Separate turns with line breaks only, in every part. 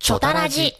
ショタラジ。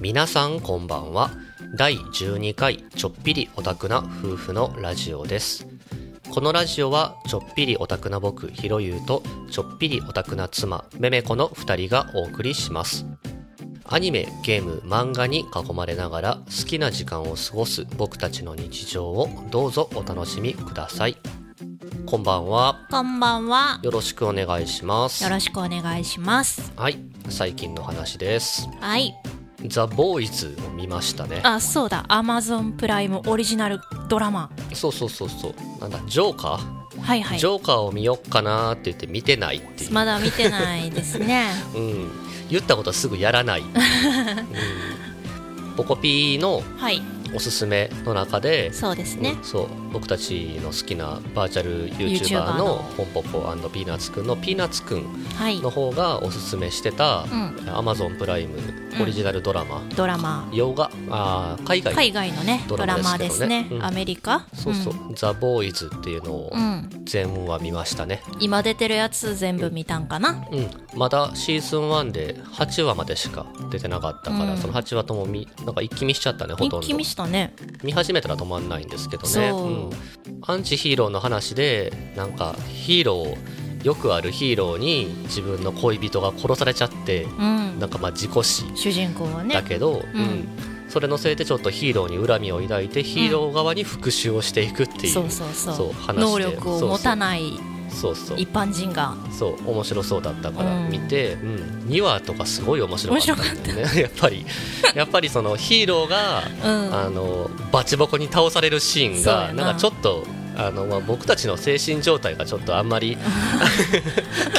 皆さんこんばんは第12回ちょっぴりオタクな夫婦のラジオですこのラジオはちょっぴりオタクな僕ひろゆうとちょっぴりオタクな妻めめこの2人がお送りしますアニメゲーム漫画に囲まれながら好きな時間を過ごす僕たちの日常をどうぞお楽しみくださいこんばんは
こんばんは。
よろしくお願いします
よろしくお願いします。
はい最近の話です
はい。
ザ・ボーイズを見ましたね
あ、そうだ。アマゾンプライムオリジナルドラマ。
そうそうそうそうなんだジョーカー、
はいはい
ジ。ョーカーを見よっかなーって言って見てないっていう、
まだ見てないです ね。
うん、言ったことはすぐ やらない、うん、ポコピーの
はい。
おすすめの中で、
そうですね
う。んそう僕たちの好きなバーチャル
YouTuber
YouTuber
の
のポンポコピーナッツくんのピーナッツくん
はい
の。方がおすすめしてた
う、ん。
Amazon プライムオリジナルドラマ、
ドラマ。
洋画あー海外の
海外のね、ド
ド
ラ
ラ
マ
マ
で
ですすけどね
ね。
うん
アメリカ。
そうそう、ザ・ボーイズっていうのを
うん。うん。
全話見ましたね、
今出てるやつ全部見たんかな。
うん、まだシーズン1で8話までしか出てなかったから、
うん
その8話とも見なんか一気見しちゃったねほと
一
ん
気
ど
見したね。
見始めたら止まんないんですけどね
そう
うん、アンチヒーローの話でなんかヒーローよくあるヒーローに自分の恋人が殺されちゃって
うん
な。んかまあ事故死
主人公は
だ
ね。
けど、
うん
うんそれのせいでちょっとヒーローに恨みを抱いてヒーロー側に復讐をしていくっていう、
そうそうそう
そう話で
能力を持たない
そうそう
一般人が
そう面白そうだったから
うん
見て、うん2話とかすごい面白かったんだよね やっ ぱりやっぱりそのヒーローが、
うん
あのバチボコに倒されるシーン
そうや
が
な
なんかちょっとあの、まあ、僕たちの精神状態がちょっとあんま り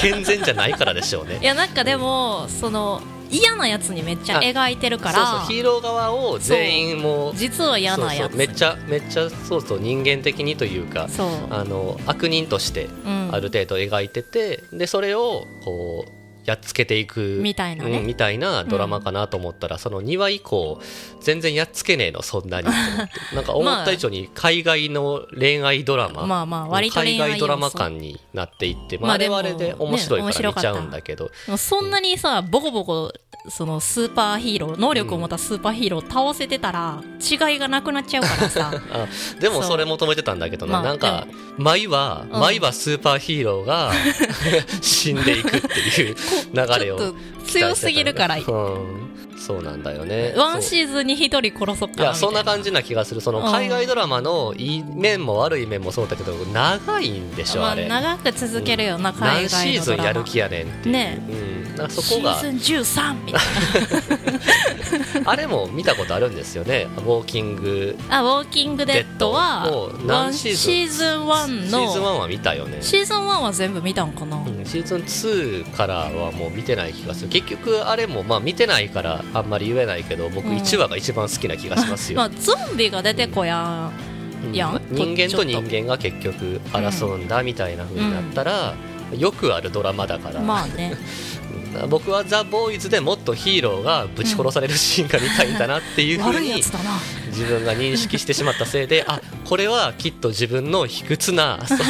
健全じゃないからでしょう
い
ね。
やなんかでもその嫌なやつにめっちゃ描いてるか
そう
ら
そうヒーロー側を全員もう
実は嫌な
そ
や
うそ
つ
うめっちゃめっちゃそうそう人間的にというか
そう
あの悪人として
うん
ある程度描いててでそれをこうやっつけていく
みたいなね
うんみたいなドラマかなと思ったら、その2話以降全然やっつけねえのそん なになんか思った以上に海外の恋愛ドラマ、
まあまあ割と
海
恋愛
外ドラマ
要素
感になっていって、ま
ま
あ、
あ
あ
で
れ
も
はあれで面白いから見ちゃうんだけど、
でもそんなにさボコボコそのスーパーヒーロー能力を持ったスーパーヒーローを倒せてたら違いがなくなっちゃうから さ
あでも
そう
それ求めてたんだけどな,、
まあ
なんか毎は、
うん
毎はスーパーヒーロ ーが死んでいくっていう流
ち
れ
ょっ
を
と強すぎるから
うん、そうなんだよね
ワンシーズンに一人殺そっ
い
かな
や
み
そん
た
ない
な
感じな気がするその
うん
海外ドラマのいい面も悪い面もそうだけど長いんでしょ、
ま
あ
あ
れ
長く続けるよな海外
何シー
の
ズ
ド
ン
ラ
やる
マ
気やねんっていう、
ね
うん、なんかそ
シ
こが
ーズン13みたい
あれも見たことあるんですよね「ウォーキング
なあウォーキングデッドは
もう
ワン
何シ
シ
ーズン
ーズン1
シ
の
ーズン1は見たよね
シーズン1は全部見たんかな、
うんシーズン2からはもう見てない気がする結局あれもまあ見てないからあんまり言えないけど僕
うん
1話が一番好きな気がしますよ、
まあゾンビが出てこや
うん
やん
人間と人間が結局争うんだみたいな風になったら、よくあるドラマだから、
んまあ ね
うん僕は「ザ・ボーイズでもっとヒーローがぶち殺されるシーンが見たいんだなっていう風
悪いや
に
つだな
自分が認識してしまったせ いであこれはきっと自分の卑屈なその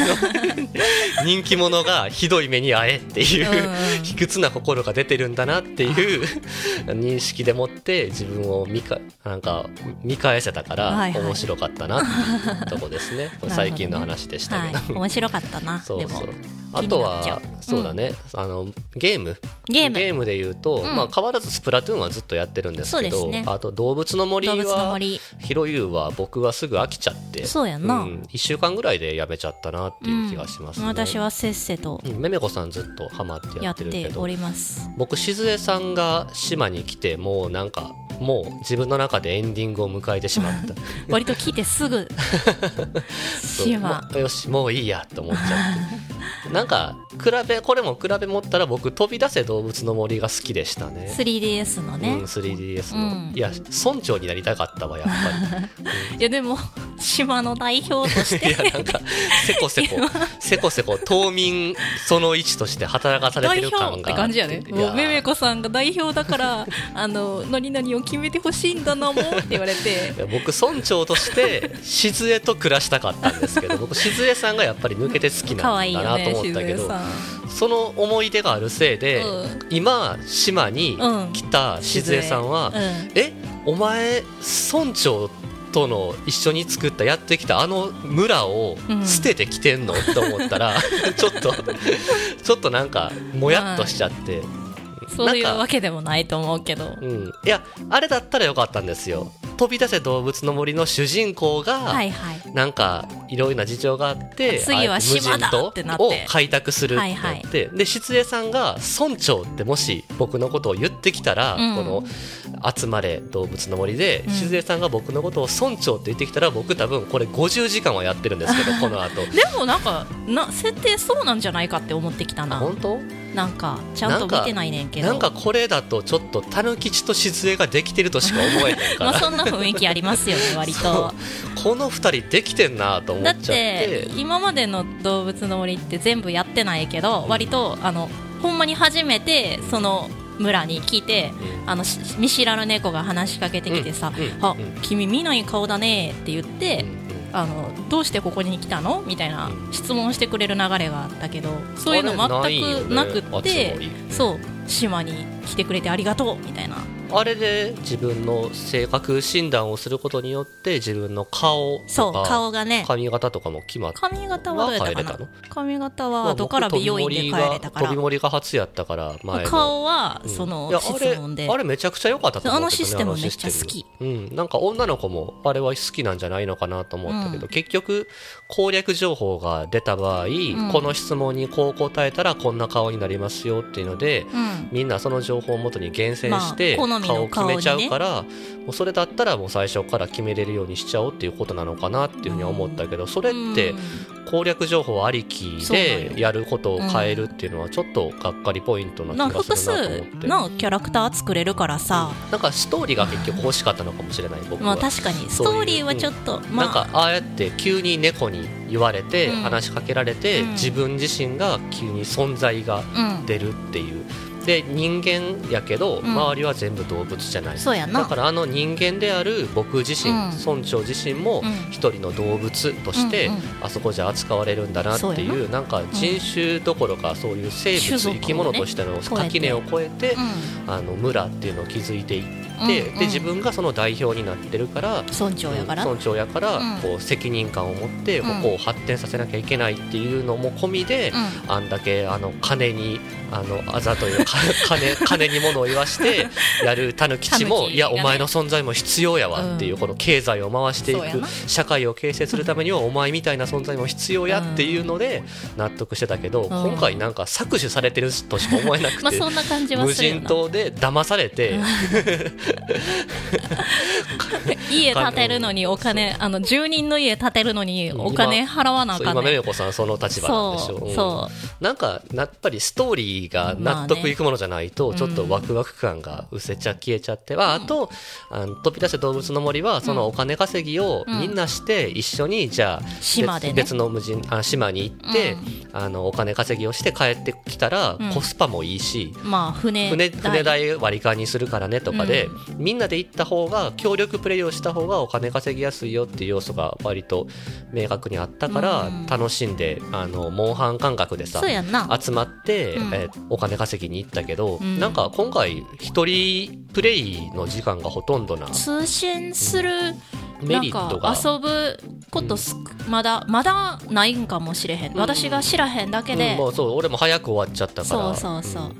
人気者がひどい目に遭えっていう、
うんうん
卑屈な心が出てるんだなっていう認識でもって自分を見かなんか見返せたから
はいはい
面白かったなっていうとこです ね
ほどね
最近の話でしたけど。
はい面白かったな
そうそう
でも
あ
気
と
になっ
は
ちゃう
そうだね、あのゲーム
ゲーム
で言うと、
うん
まあ、変わらずスプラトゥーンはずっとやってるんです
そ
けど
うですね
あと動物の森
動物の
は
森
ヒロユーは僕はすぐ飽きちゃって
そうやんな、
ん、1週間ぐらいでやめちゃったなっていう気がしますね、
私はせっせと
うんめめこさんずっとハマって
や
や
っ
ってるけ
て
ど
おります
僕しずえさんが島に来てもうなんかもう自分の中でエンディングを迎えてしまった
割と聞いてすぐ
そ う
島
もうよしもういいやと思っちゃってなんか比べこれも比べ持ったら僕「飛び出せ動物の森」が好きでしたね
3DS の
う
ね
ん、、3DS の、
うん
いや村長になりたかったわやっぱり
いやでも島の代表とし
い
て
やなんかせ こせこせこせこ島民その一として働かされて
代
る
表
感
って
が
感じやね
い
もうめめ
い
こさんが代表だ からあの何々を決めてほしいんだなもうって言われて
や僕村長として静江と暮らしたかったんですけど僕静江さんがやっぱり抜けて 好き
可
な
愛
ん
い
だ
よ
なと
ね
思ったけ
静江
ど、
さん
その思い出があるせいで、
う
今島に来た静江さんは、
うん
えお前村長との一緒に作ったやってきたあの村を
うん
捨ててきてんの、と思っ たらちょっとちょっとなんかもやっとしちゃって、
そういう
なんか
わけでもないと思うけど
うん、いやあれだったらよかったんですよ飛び出せ動物の森の主人公が、
はいはい
なんかいろいろな事情があって
次は
あえて無
島だ
人島
ってなって
を開拓するってなって、
はい
で出江さんが村長ってもし僕のことを言ってきたら、
うん
この「集まれ動物の森で」
うん
静江さんが僕のことを村長って言ってきたら僕多分これ50時間はやってるんです けどこの後
でもなんかな設定そうなんじゃないかって思ってきたな
本当
なんかちゃんと見てないねんけど
なんかこれだとちょっとたぬきちと静江ができてるとしか思えない か
まあ
ら
そんな雰囲気あります よね割
そ
と
うこの2人できてんなと思
だっ
っちゃって
て今までの動物の森って全部やってないけど割とあのほんまに初めてその村に来て
うん
あのし見知らぬ猫が話しかけてきてさ「
うんうん
あ
うん
君見ない顔だね」って言って、
うん
あの「どうしてここに来たの?」みたいな
うん
質問してくれる流れがあったけどそういうの
あれ
全くなくっ
ないよ
て
ね熱盛
そう島に来てくれてありがとうみたいな
あれで自分の性格診断をすることによって自分の顔
そ
と
う
か
顔がね
髪型とかも決まって
髪型はどうやったかな
は変えれ
髪型はどから美容院で帰れたか
飛び
ら
盛りが初やったから前の
顔は
うん
そ
いや
の
あ
質
れ
問で
あれめちゃくちゃ良かったと思
あの
うけどね
システムめっちゃ
あのシステ
好
ムうん、なんか女の子もあれは好きなんじゃないのかなと思ったけど、結局攻略情報が出た場合、
ん
この質問にこう答えたらこんな顔になりますよっていうので、
うん
みんなその情報をもとに厳選して
まあ好み
顔を
の
決
顔
め
にね
ちゃうから、もうそれだったらもう最初から決めれるようにしちゃおうっていうことなのかなっていうふうには思ったけどそれって攻略情報ありき
そうなん
で
よ
やることを変えるっていうのはちょっとがっかりポイント
う
なん
なん
気
か
が
複
するなと
数
思って
のキャラクター作れるからさ
なんかストーリーが結局欲しかったのかもしれない僕
ま
は。
あ確かにス
そういう
トーリーはちょっと
なん
ま
かああやって急に猫に言われて
うん
話しかけられて
うん
自分自身が急に存在が
あうん
出るっていうで人間やけど
ん
周りは全部動物じゃない
そうや
だ
な
からあの人間である僕自身、
うん
村長自身も
うん
一人の動物として、
うんうん
あそこじゃ扱われるんだなって
そう
い
や
うなんか人種どころかそういう生
種
物、
族をね
生き物としての
超えて
垣根を越えて、
う
あの村っていうのを築いていって、
ん
で
うん
自分がその代表になってるから。
村長やから
村長やから
うん
こう責任感を持ってこ
うん
こを発展させなきゃいけないっていうのも込みで、
う
あんだけあの金にあのあざという か金金に物を言わしてやるタヌ吉も、
狸がね
いやお前の存在も必要やわっていう、
うん
この経済を回してい
そうや
く
な
社会を形成するため にはお前みたいな存在も必要やっていうので納得してたけど、今回なんか搾取されてるとしか思えなく て。
まあそんな感じは
無
するよ
人
な
島で騙されて、
家建てるのにお金あの住人の家建てるのにお金払わなあ
そう
かん
今め
ね
め
ん
こさんその立場なんでしょ
そううんそ
なんかやっぱりストーリーが納得いくものじゃないと、
まあ
ちょ
ね
っとワクワク感がうせちゃ消えちゃって、まあ、あとあの飛び出せ動物の森はそのお金稼ぎを
うん
みんなして一緒にじゃあ別
島でね
別の無人あ島に行って、あのお金稼ぎをして帰ってきたら
うん
コスパもいいし、
うまあ船
船船代割り勘にするからねとかで、みんなで行った方が協力プレイをした方がお金稼ぎやすいよっていう要素が割と明確にあったから、
うん
楽しんであのモンハン感覚でさ
そうやんな
集まって、
うん
えーお金稼ぎに行ったけど、
うん
なんか今回一人プレイの時間がほとんどな
通信する
メ
なん
リッ
か
トが
遊ぶことすまだまだないんかもしれへん
うん
私が知らへんだけ
う
で
んもうそう俺も早く終わっちゃったか
そ
ら
うそうそう
うん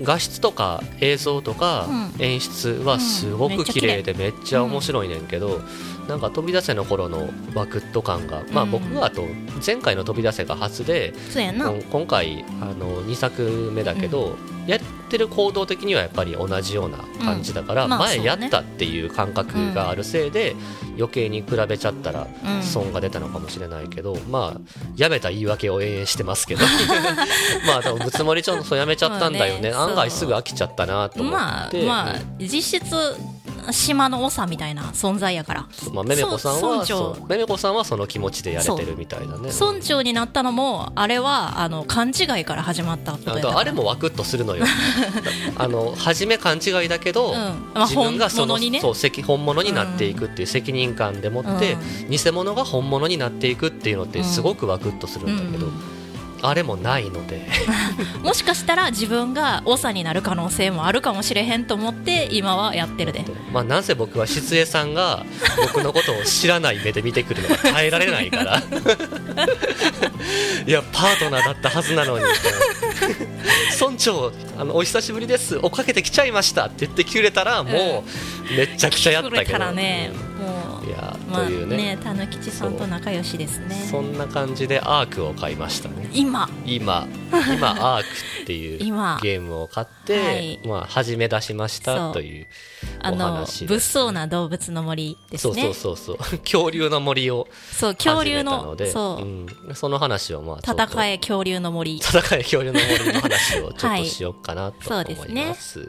画質とか映像とか演出はすご
うんめ
く
っちゃ
綺
綺麗
麗でめっちゃ面白いねんけど、なんか飛び出せの頃のワクッと感が、まあ
うん
僕はあと前回の飛び出せが初で、
そうやな
こん今回あの2作目だけど、やっってる行動的にはやっぱり同じような感じだから、
うんまあ
前
そう
や
ね
ったっていう感覚があるせいで、余計に比べちゃったら
うん
損が出たのかもしれないけど、まあやめた言い訳を延々してます けどまあ多分ぶつもりちゃんとそうやめちゃったんだよね
まあね
案外すぐ飽きちゃったなと思
ま
っ
あ
て、
まあ実質島の長みたいな存在やから
うんまあめめこさんは
村長
そうめめこさんはその気持ちでやれてるみたいなね。
村長になったのもあれはあの勘違いから始まったこと
あ
や
とあれもワクッとする のよあの初め勘違いだけど、
うんまあ
自分がその
本物にね
そう責本物になっていくっていう責任感でもって、偽物が本物になっていくっていうのってすごくワクッとするんだけど、
うん
あれもないので
もしかしたら自分が長になる可能性もあるかもしれへんと思って今はやってるで
まあなんせ僕は出江さんが 僕のことを知らない目で見てくるのが 耐えられないから いやパートナーだったはずなのに 村長あのお久しぶりです追っかけてきちゃいましたって言ってくれたらもうめっちゃくちゃやっ
来
たけ
れ
ど
たらねもう
いやー
まあ
というね,、
ねたぬきちさんと仲良しですね
そんな感じでアークを買いましたね
今
今今アークっていう
今
ゲームを買って、
はい
まあ、始め出しまし
そ
た
う
という
あ
お
の
話
物騒な動物の森です
そう
ね
そうそうそう 恐竜の森を
そう恐竜
始めたの
の
で
そう、
うんその話をまあちょっと
戦え恐竜の森
戦え恐竜の森の話をちょっ
は
と
い
しようかなと
そう
思い
で
ます
すね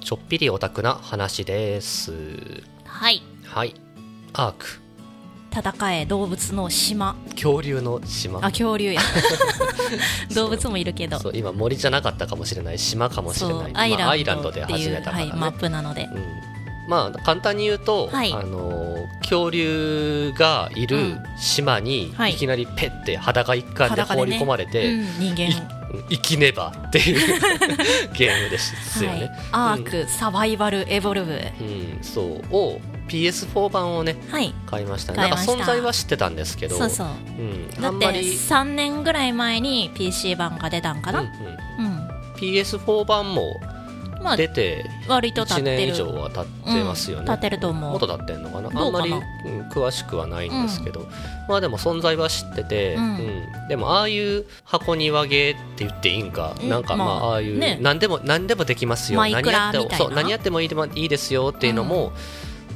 ちょっぴりオタクな話です
はい
はいアーク
戦え動物の島
恐竜の島
あ恐 竜や動物もいるけど
そう今森じゃなかったかもしれない島かもしれ
そ
な
う
い
アイ
まあアイ
ラン
ラン
ド
ド
って
で
いう、
始めたか
は
らね、
い、マップなので、
うん、まあ簡単に言うと、
はい
あのー恐竜がいうる
ん
島に
はい
いきなりペッて裸一貫で
裸で
放
ね
り込まれて、
うん、人
い
間
生きねばっていう ゲームですよ
は
ね。
い、アーク、サバイバルエボルブ
うん、そうを PS4 版をね
はい
買いましたね
買い
な
ま
ん
し
か
た
存在は知ってたんですけど
そうそう
うん、あ
だっ
ん
て
まり、
3年ぐらい前に PC 版が出たんか
うんう
な、うん
ん、PS4 版も
まあ
出て
割と経
1
ってる
年以上は経ってますよね、
うん、経ってると思
も
う
っとだってんのかなあ
ど
ん
う
ま
か
り、
な
うん詳しくはないんですけど、まあでも存在は知ってて、う
うんん
でもああいう箱庭芸って言っていいんか、
うん
なんかま
まあ
あああいう、
ね
何でも何でもできますよ
マイクラ
何やって
み
も
たいな
そう何やってもいいでもいいですよっていうのも、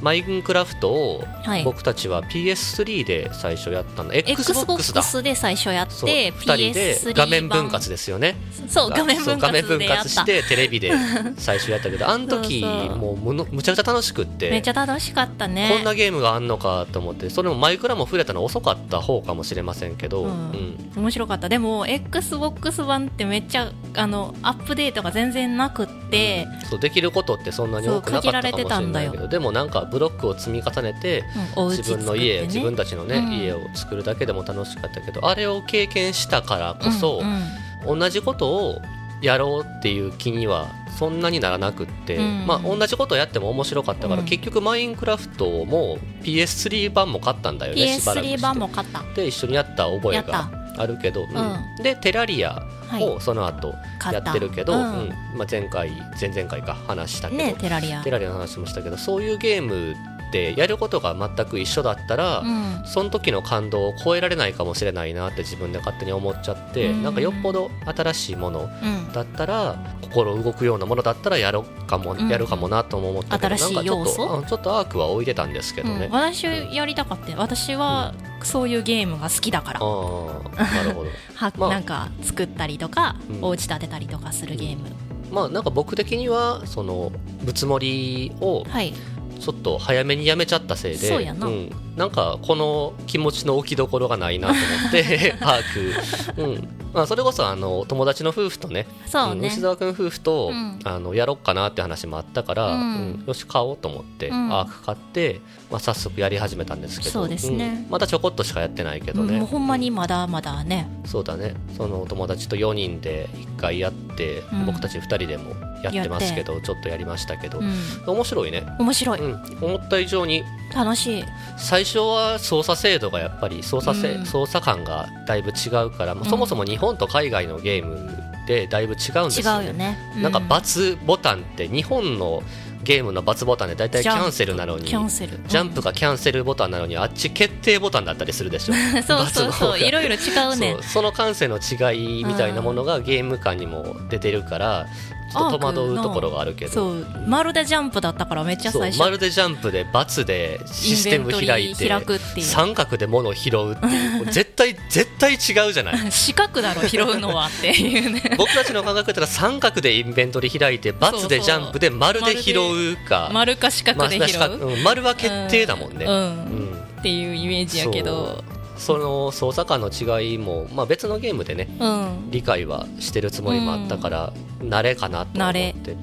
マインクラフトを
はい
僕たちは PS3 で最初やったの、XBOX だ
XBOX で最初やっ
そう2
て
人で
PS3 版
画面分割ですよね
そう画面
そう
分
画面
割
分
でやっ
割
た
してテレビで最初やったけどあの時
そうそう
もうむのむちゃくちゃ楽しくって
めっちゃ楽しかったね
こんなゲームがあんのかと思ってそれもマイクラも触れたの遅かった方かもしれませんけど、う
うん
ん
面白かったでも XBOX 版ってめっちゃあのアップデートが全然なくって、
そうできることってそんなに多くなかったかもし
そ
れ
う限られてたん
な
だ
い
よ
けどでもなんかブロックを積み重ねて
うんお家
自
作って、ね、
分の家、自分たちの、ね
うん
家を作るだけでも楽しかったけどあれを経験したからこそ
うん、うん
同じことをやろうっていう気にはそんなにならなくって、
うん
まあ、同じことをやっても面白かったから、
うん
結局マインクラフトも PS3 版も買ったんだよねしばらくして
PS3 版も買った
で一緒にやった覚え
やった
があるけど、うん
う
でテラリア
はい
をその後
買
や
った
ってるけど、
う
うん
ん
まあ、前回前々回か話したけど、
ねテラリア
テラリアの話もしたけどそういうゲームってやることが全く一緒だったら、
うん
その時の感動を超えられないかもしれないなって自分で勝手に思っちゃって、
うん
なんかよっぽど新しいも
う
の
ん
だったら心動くようなものだったらやろうかも、
うん
やるかもなとも思ったけど
新しい
なんかちょっと
要素
うんちょっとアークは置いてたんですけどね、
うん、私やりたかったよ私はそういうゲームが好きだから、
ああなるほど
は
まあ
なんか作ったりとか、
うん
お家建てたりとかするゲーム、
まあなんか僕的にはそのぶつもりを
はい
ちょっと早めにやめちゃったせいで、
そうやなん
なんかこの気持ちの置きどころがないなと思って 把握、うんまあ、それこそあの友達の夫婦とね
そう
うん
ね
牛沢君夫婦と、
うん
あのやろっかなって話もあったから、
うん
うんよし買おうと思って、
うん
アーク買って、まあ、早速やり始めたんですけど
そうですね
うんまたちょこっとしかやってないけどね、
もうほんまにまだまだね
そうだねそのお友達と4人で1回やって、
うん
僕たち2人でもやってますけどちょっとやりましたけど、
うん
面白いね、
面白い、
うん、思った以上に
楽しい
最初は操作精度がやっぱり操作,、
うん
操作感がだいぶ違うから、まあ
うん
そもそも日本と海外のゲームってだいぶ違うんです
違う
よね
よね、う
なんか×ボタンって日本のゲームの×ボタンで大体キャンセルなのに
キャンセル
ジャンプがキャンセルボタンなのにあっち決定ボタンだったりするでしょ
そうそうそういろいろ違うねん
そうその感性の違いみたいなものがゲーム感にも出てるからちょっと戸惑うところがあるけど
そうまるでジャンプだったからめっちゃ
そう
最初
まるでジャンプで×でシステム開
イ
い
ンベントリ
て
ー開くっていう
三角で物を拾うっていうもう絶対絶対違うじゃな い
四角だろ拾うのはっていう ね
僕たちの感覚だったら三角でインベントリー開いて×でジャンプで丸で拾うか
丸か四角で拾う、
まあ確かうん丸は決定だもんね。
うん、
うん
っていうイメージやけど
その操作感の違いも、まあ、別のゲームでね
うん
理解はしてるつもりもあったから、慣れかなと思って、う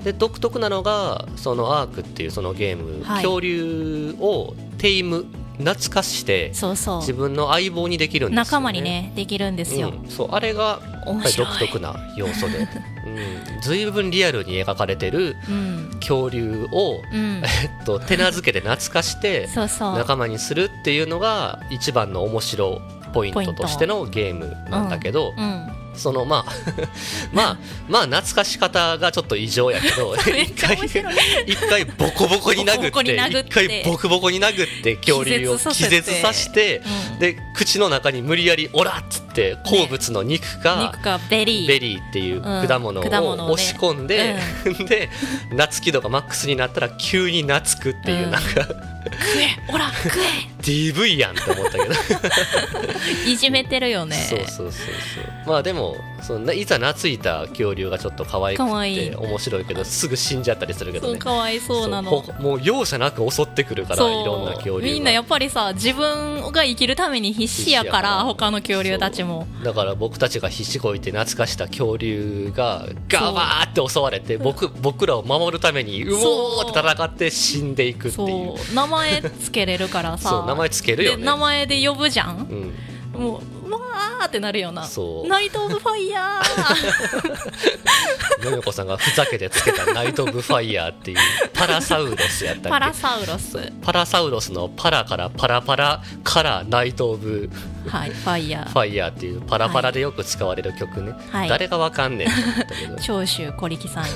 んで独特なのがそのアークっていうそのゲーム、
はい
恐竜をテイム懐かして
そうそ
自
う
分の相棒にできるんですよ、ね、
仲間にねできるんですよ、
うん、そうあれがやっぱ
面
り
白い
独特な要素で、うん、随分リアルに描かれてる
うん
恐竜を、
うん、
えっと、手なずけて懐かして
そうそう
仲間にするっていうのが一番の面白ポイントとしてのゲームなんだけど、
うん
そのまあ まあまあ懐かし方がちょっと異常やけど
めっ
一
ちゃ
回
面白い
一回ボコボコに殴
ボコボコ
っ
に
て
殴っ
一
て
回ボコボコに殴って恐竜を気
気
絶
絶
さ
さ
せ
せ
て
うん
で口の中に無理やり「オラ!」っつって好物の肉か、
肉かベリー
ベリーっていう果物を
うん果物をね
押し込んで、 で夏気度がマックスになったら急に懐くっていう、
うん
なんか
食えほら食
DV やんって思ったけど
えいじめてるよね
そうそうそうそうまあでもそんないざ懐いた恐竜がちょっと可愛く
可
て
愛い
面白いけどすぐ死んじゃったりするけ
そ
ど
う
ね
かわいそうな
そう
の
ほもう容赦なく襲ってくるからい
そう
ろんな恐竜が
みんなやっぱりさ自分が生きるために必死やから
必死やから
他の恐竜たちも
だから僕たちが必死こいて懐かした恐竜がガバーって襲われて僕僕らを守るためにうおーって戦って死んでいくっていうそう
そう名前つけれるから さ
名前つけるよ
で
ね
名前で呼ぶじゃん
うん、
もううわーってなるよな
そう
ナイト・オブ・ファイヤ ー
のよこさんがふざけてつけた「ナイト・オブ・ファイヤー」っていうパラサウロスやったっけ
パラサウロス
パラサウロスのパラからパラパラからナイト・オブ・
はいファイヤ
ファイヤーっていうパラパラでよく使われる曲ね、
はい
誰がわかんねえって思ったけ
ー長州小力 さん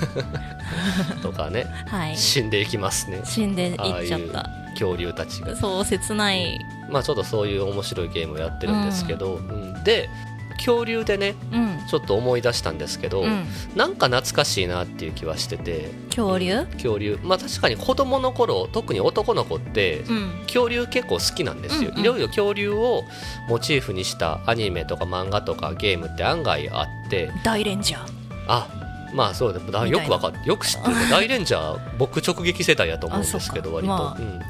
どと かね
はい
死んでいきますね
死んでいっ
ああい
ちゃっ
う
た
恐竜たちが
そう切ない
まあちょっとそういう面白いゲームをやってるんですけど、うんで恐竜でね
うん
ちょっと思い出したんですけど、
うん
なんか懐かしいなっていう気はしてて
恐竜
恐竜まあ確かに子供の頃特に男の子って
うん
恐竜結構好きなんですよ、
うんうん
いろいろ恐竜をモチーフにしたアニメとか漫画とかゲームって案外あって
大レンジャー
あまあそうだだ
みた
よ
いな
くわかってよく 知ってるね大レンジャー僕直撃世代やと思うんですけど
あそ
割
っ
と、
か
うん、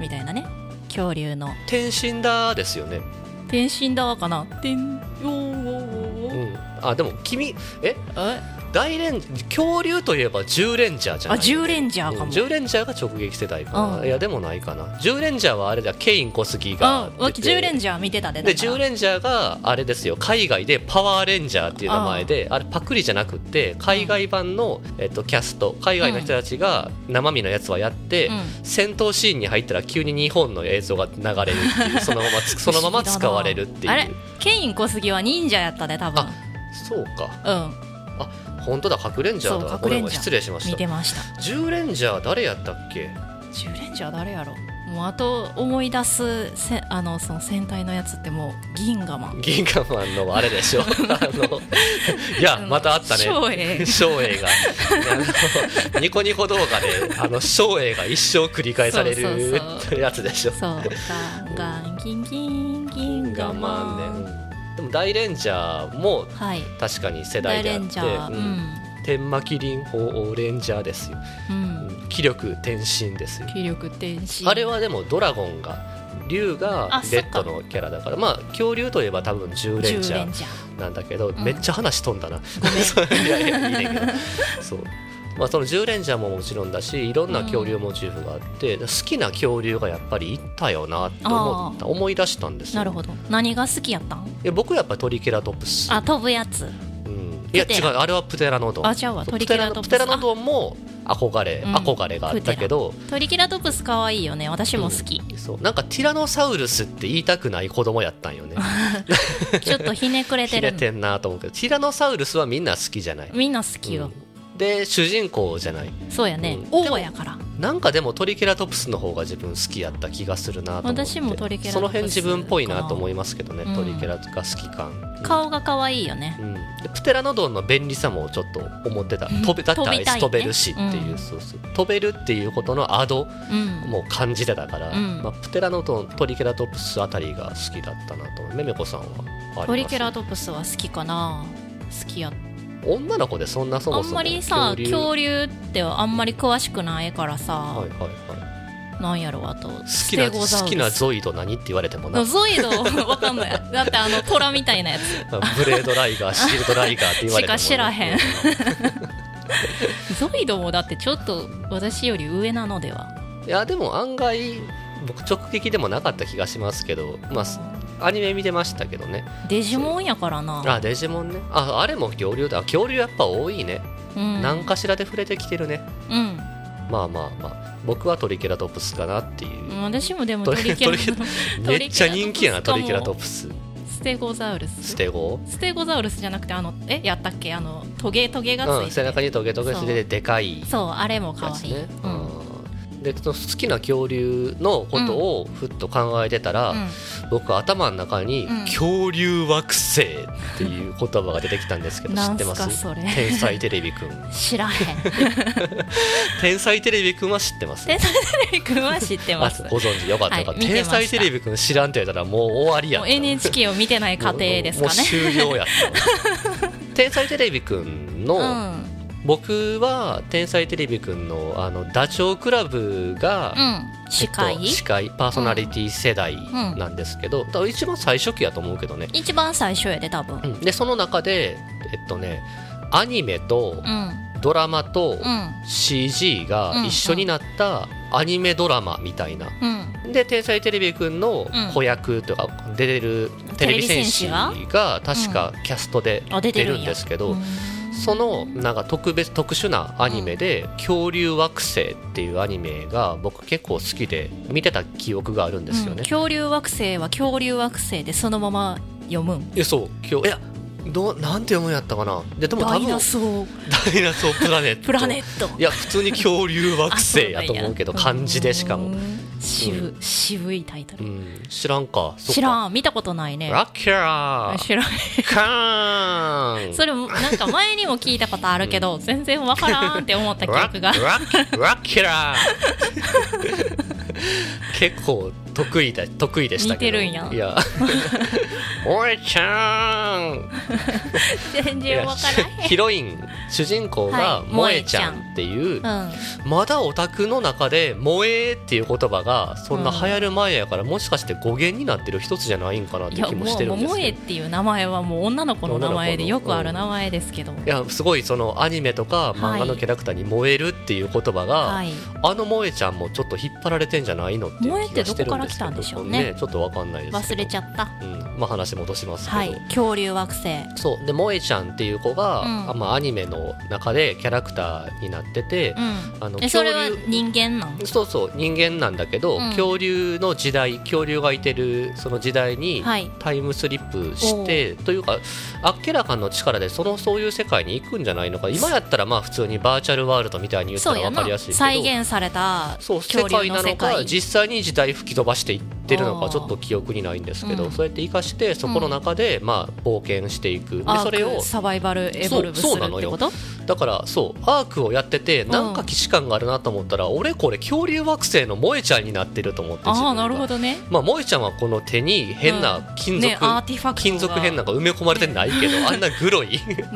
みたいなね恐竜の
天身だですよね、
天身だわかな天おーおーお
う
ーおー
ん、あでも君え
え
大レン恐竜といえば10レンジャーじゃな
あ
い
10レンジャーか
うん
も
10レンジャーが直撃世代かな、
うん
いやでもないかな10レンジャーはあれだケイン小杉が
うん、
出て
10レンジャー見てたで
で
だから
10レンジャーがあれですよ海外でパワーレンジャーっていう名前であれパクリじゃなくって海外版の、えっと、キャスト海外の人たちが生身のやつはやって、
う
戦闘シーンに入ったら急に日本の映像が流れるってい うそのままつそのまま使われるっていう
あれケイン小杉は忍者やったで多分
そうか
うん
本当だ核レンジャー
そ
だ
う
ごめん
核レンジャ
ご
ー
めん失礼しまし
見
た
てました
10レンジャー誰やったっけ
10レンジャー誰やろもうあと思い出すせあのその戦隊のやつってもう銀河マン
銀河マンのあれ でしょあのいやまたあったね
照 英
照英があのニコニコ動画であの照英が一生繰り返され
そう
る
そ
やつでしょ
そうガンガンギンギン銀河
我慢
マン
ねうんでも大レンジャーも
はい
確かに世
大
代であ
レ
っ
ン
て
ジャー
う
うんん、
天魔麒麟鳳凰レンジャーですよ、
うん、
気力転身ですよ
気力天使
あれはでもドラゴンが竜が
あ
レッドのキャラだからまあ恐竜といえば多分10
10
レ
レ
ン
ン
ジ
ジ
ャ
ャ
ー
ー
なんだけど、
ん
めっちゃ話飛んだな。 いやいやいいねんけどそうまあ、その10レンジャーももちろんだしいろんな恐竜モチーフがあって、好きな恐竜がやっぱりいたよなって思った思い出したんですよ
なるほど何が好きやったん
いや僕はやっぱトリケラトプス、
あ飛ぶやつ
うん、いや
プ
違
テ
う
ラ
あれはプテラノドン
あじゃあ
そう
トリケラトプス
テラノドンも憧れ、
うん
憧れがあったけど
トリケラトプス可愛いよね私も好き、
そうなんかティラノサウルスって言いたくない子供やったんよね
ちょっとひねくれて
ひ
る
れ
の
てんなと思うけどティラノサウルスはみんな好きじゃない、
みんな好きよ、
うんで主人公じゃない
そうやね、
うん
オ
で
ー
も
バやから
なんかでもトリケラトプスの方が自分好きやった気がするなと思って
私もトリケラトプス
その辺自分っぽいなと思いますけどね、
うん
トリケラが好き感
顔が可愛いよね
うん、でプテラノドンの便利さもちょっと思ってた飛べだってあ
飛び
いつ飛
たいね
べるしっていう,、
うん
そうそう飛べるっていうことのアド
うん
も感じてたから、
うん
まあ、プテラノドントリケラトプスあたりが好きだったなと思うめめこさんはあります
トリケラトプスは好きかな好きや
女の子でそんなそ
あ
も
ん
そも
まりさ恐竜
は
ってあんまり詳しくないから
い
さ、
はいはい
なんやろあと
好きな好きな
ゾ
ゾイド何って言われてもな
ゾイドわかんないだってあの虎みたいなやつ
ブレードライガーシールドライガーって言われてもね
しか知らへんゾイドもだってちょっと私より上なのではい
やでも案外僕直撃でもなかった気がしますけどまあアニメ見てましたけどね
デジモンやからな、
あデジモンねああれも恐竜だあ恐竜やっぱ多いね、
うん、
何かしらで触れてきてるね
うん
まあまあまあ僕はトリケラトプスかなっていう、
私もでも
ト
ト
リ
リケラ
トリめっちゃ人気やなトリケラトプス
ステゴザウル
ス
ス
テゴ
ステゴザウルスじゃなくてあのえやったっけあのトゲトゲがつ
うん、
いて
背
る、
中にトゲトゲしててでかい
そうあれも可
やつ
愛い、
ね
う、
うん
うん
んでその好きな恐竜のことをふっと考えてたら、僕頭の中に
うん
「恐竜惑星」っていう言葉が出てきたんですけど知
な
っ
ん
て
す
ま
か
す
それ
天才テレビくん
知らへん
天才テレビくんは知ってます
天才テレビくん は知って
あ
ますも
ご存知よかったよかった
はい見てま
天
した
才テレビくん知らんって言ったらもう終わりやっ
う
た
NHK を見てない家庭ですか
もう
ね
終了やった天才テレビくんの、
うん
僕は天才テレビくんのあのダチョウ倶楽部が、
うん
え
司
っと
会、
司会パーソナリティ世代なんですけど、多分一番最初期やと思うけどね、
一番最初やで多分うん
うんでその中でえっとねアニメと
うん
ドラマと CG が一緒になったアニメドラマみたいな
うん
で「天才テレビくん」の子役というか出てるテレビ戦士が確かキャストで
あ出
出て
てる
る
ん
ん
や
ですけど、
うん
そのなんか特別特殊なアニメで「恐竜惑星」っていうアニメが僕結構好きで見てた記憶があるんですよ
うん
ね。
恐竜惑星は恐竜惑星でそのまま読むん
えそう今日いやどうなんて読むんやったかなででも
ダ
多
イ
分
ナソー
ダイナソープラネット
プラネット
いや普通に恐竜惑星やと思うけど
あそうなんや
漢字でしかも、
うん渋渋いタイト
う
ル
ん、知らんかそっか
知らん見たことないね
ラッキャー
知らん
カーン
それもなんか前にも聞いたことあるけど全然わからんって思った記
ラ
憶
ッ
が
ラッラッキャー 結構得意だ得意でしたけど
似てるんや
いやおいちゃん
全然わから
いやヒロイン主人公が
はい
萌えちゃんっていう、
へんうん
まだオタクの中で「萌え」っていう言葉がそんな流行る前やから、もしかして語源になってる一つじゃないんかなっ
い
て
や
気もしてる
もうん
です
萌え
け
っ
ど。
ていう名前はもう女の子の名前で
女の
よ
子の
くある名前ですけど、
いやすごいそのアニメとか漫画のキャラクターに「燃える」っていう言葉が、
はい、
あの萌えちゃんもちょっと引っ張られてんじゃないのっていう気がしてるんです
萌えってど
けど
こから来たんでしょうね
ちょっとわかんないですけ
忘
ど
れちゃった
うんまあ、話戻しますけど、
はい恐竜惑星
そうで萌えちゃんっていう子が、
うん
あまあ、アニメの中でキャラクターになってて、
うん
あの
えそれは人間なん
そうそう人間なんだけど、
うん
恐竜の時代恐竜がいてるその時代に
はい
タイムスリップして、というかあっけらかんの力でそのそういう世界に行くんじゃないのか今やったらまあ普通にバーチャルワールドみたいに言った
そう
ら
や
分か
な
りやすいけど
再現された
そう世
恐
界
竜
な
の
の
世
か
界
実際に時代吹き飛ばしていってるのか
あー
ちょっと記憶にないんですけど、
うん
そうやって生かしてそこの中でまあ冒険していく、で
ア
それ
ー
を
クサバイバルエボルブする
そ
っ
うそうなの
て
よ
こと
だからそうアークをやっててなんか既視感があるなと思ったら、俺これ恐竜惑星の萌えちゃんになってると思って自分
あ
が
あなるほどね
まあ萌えちゃんはこの手に変な金
ね
属、
アーティファクトが
金属片なんか埋め込まれてないけど、あんなグロい
ね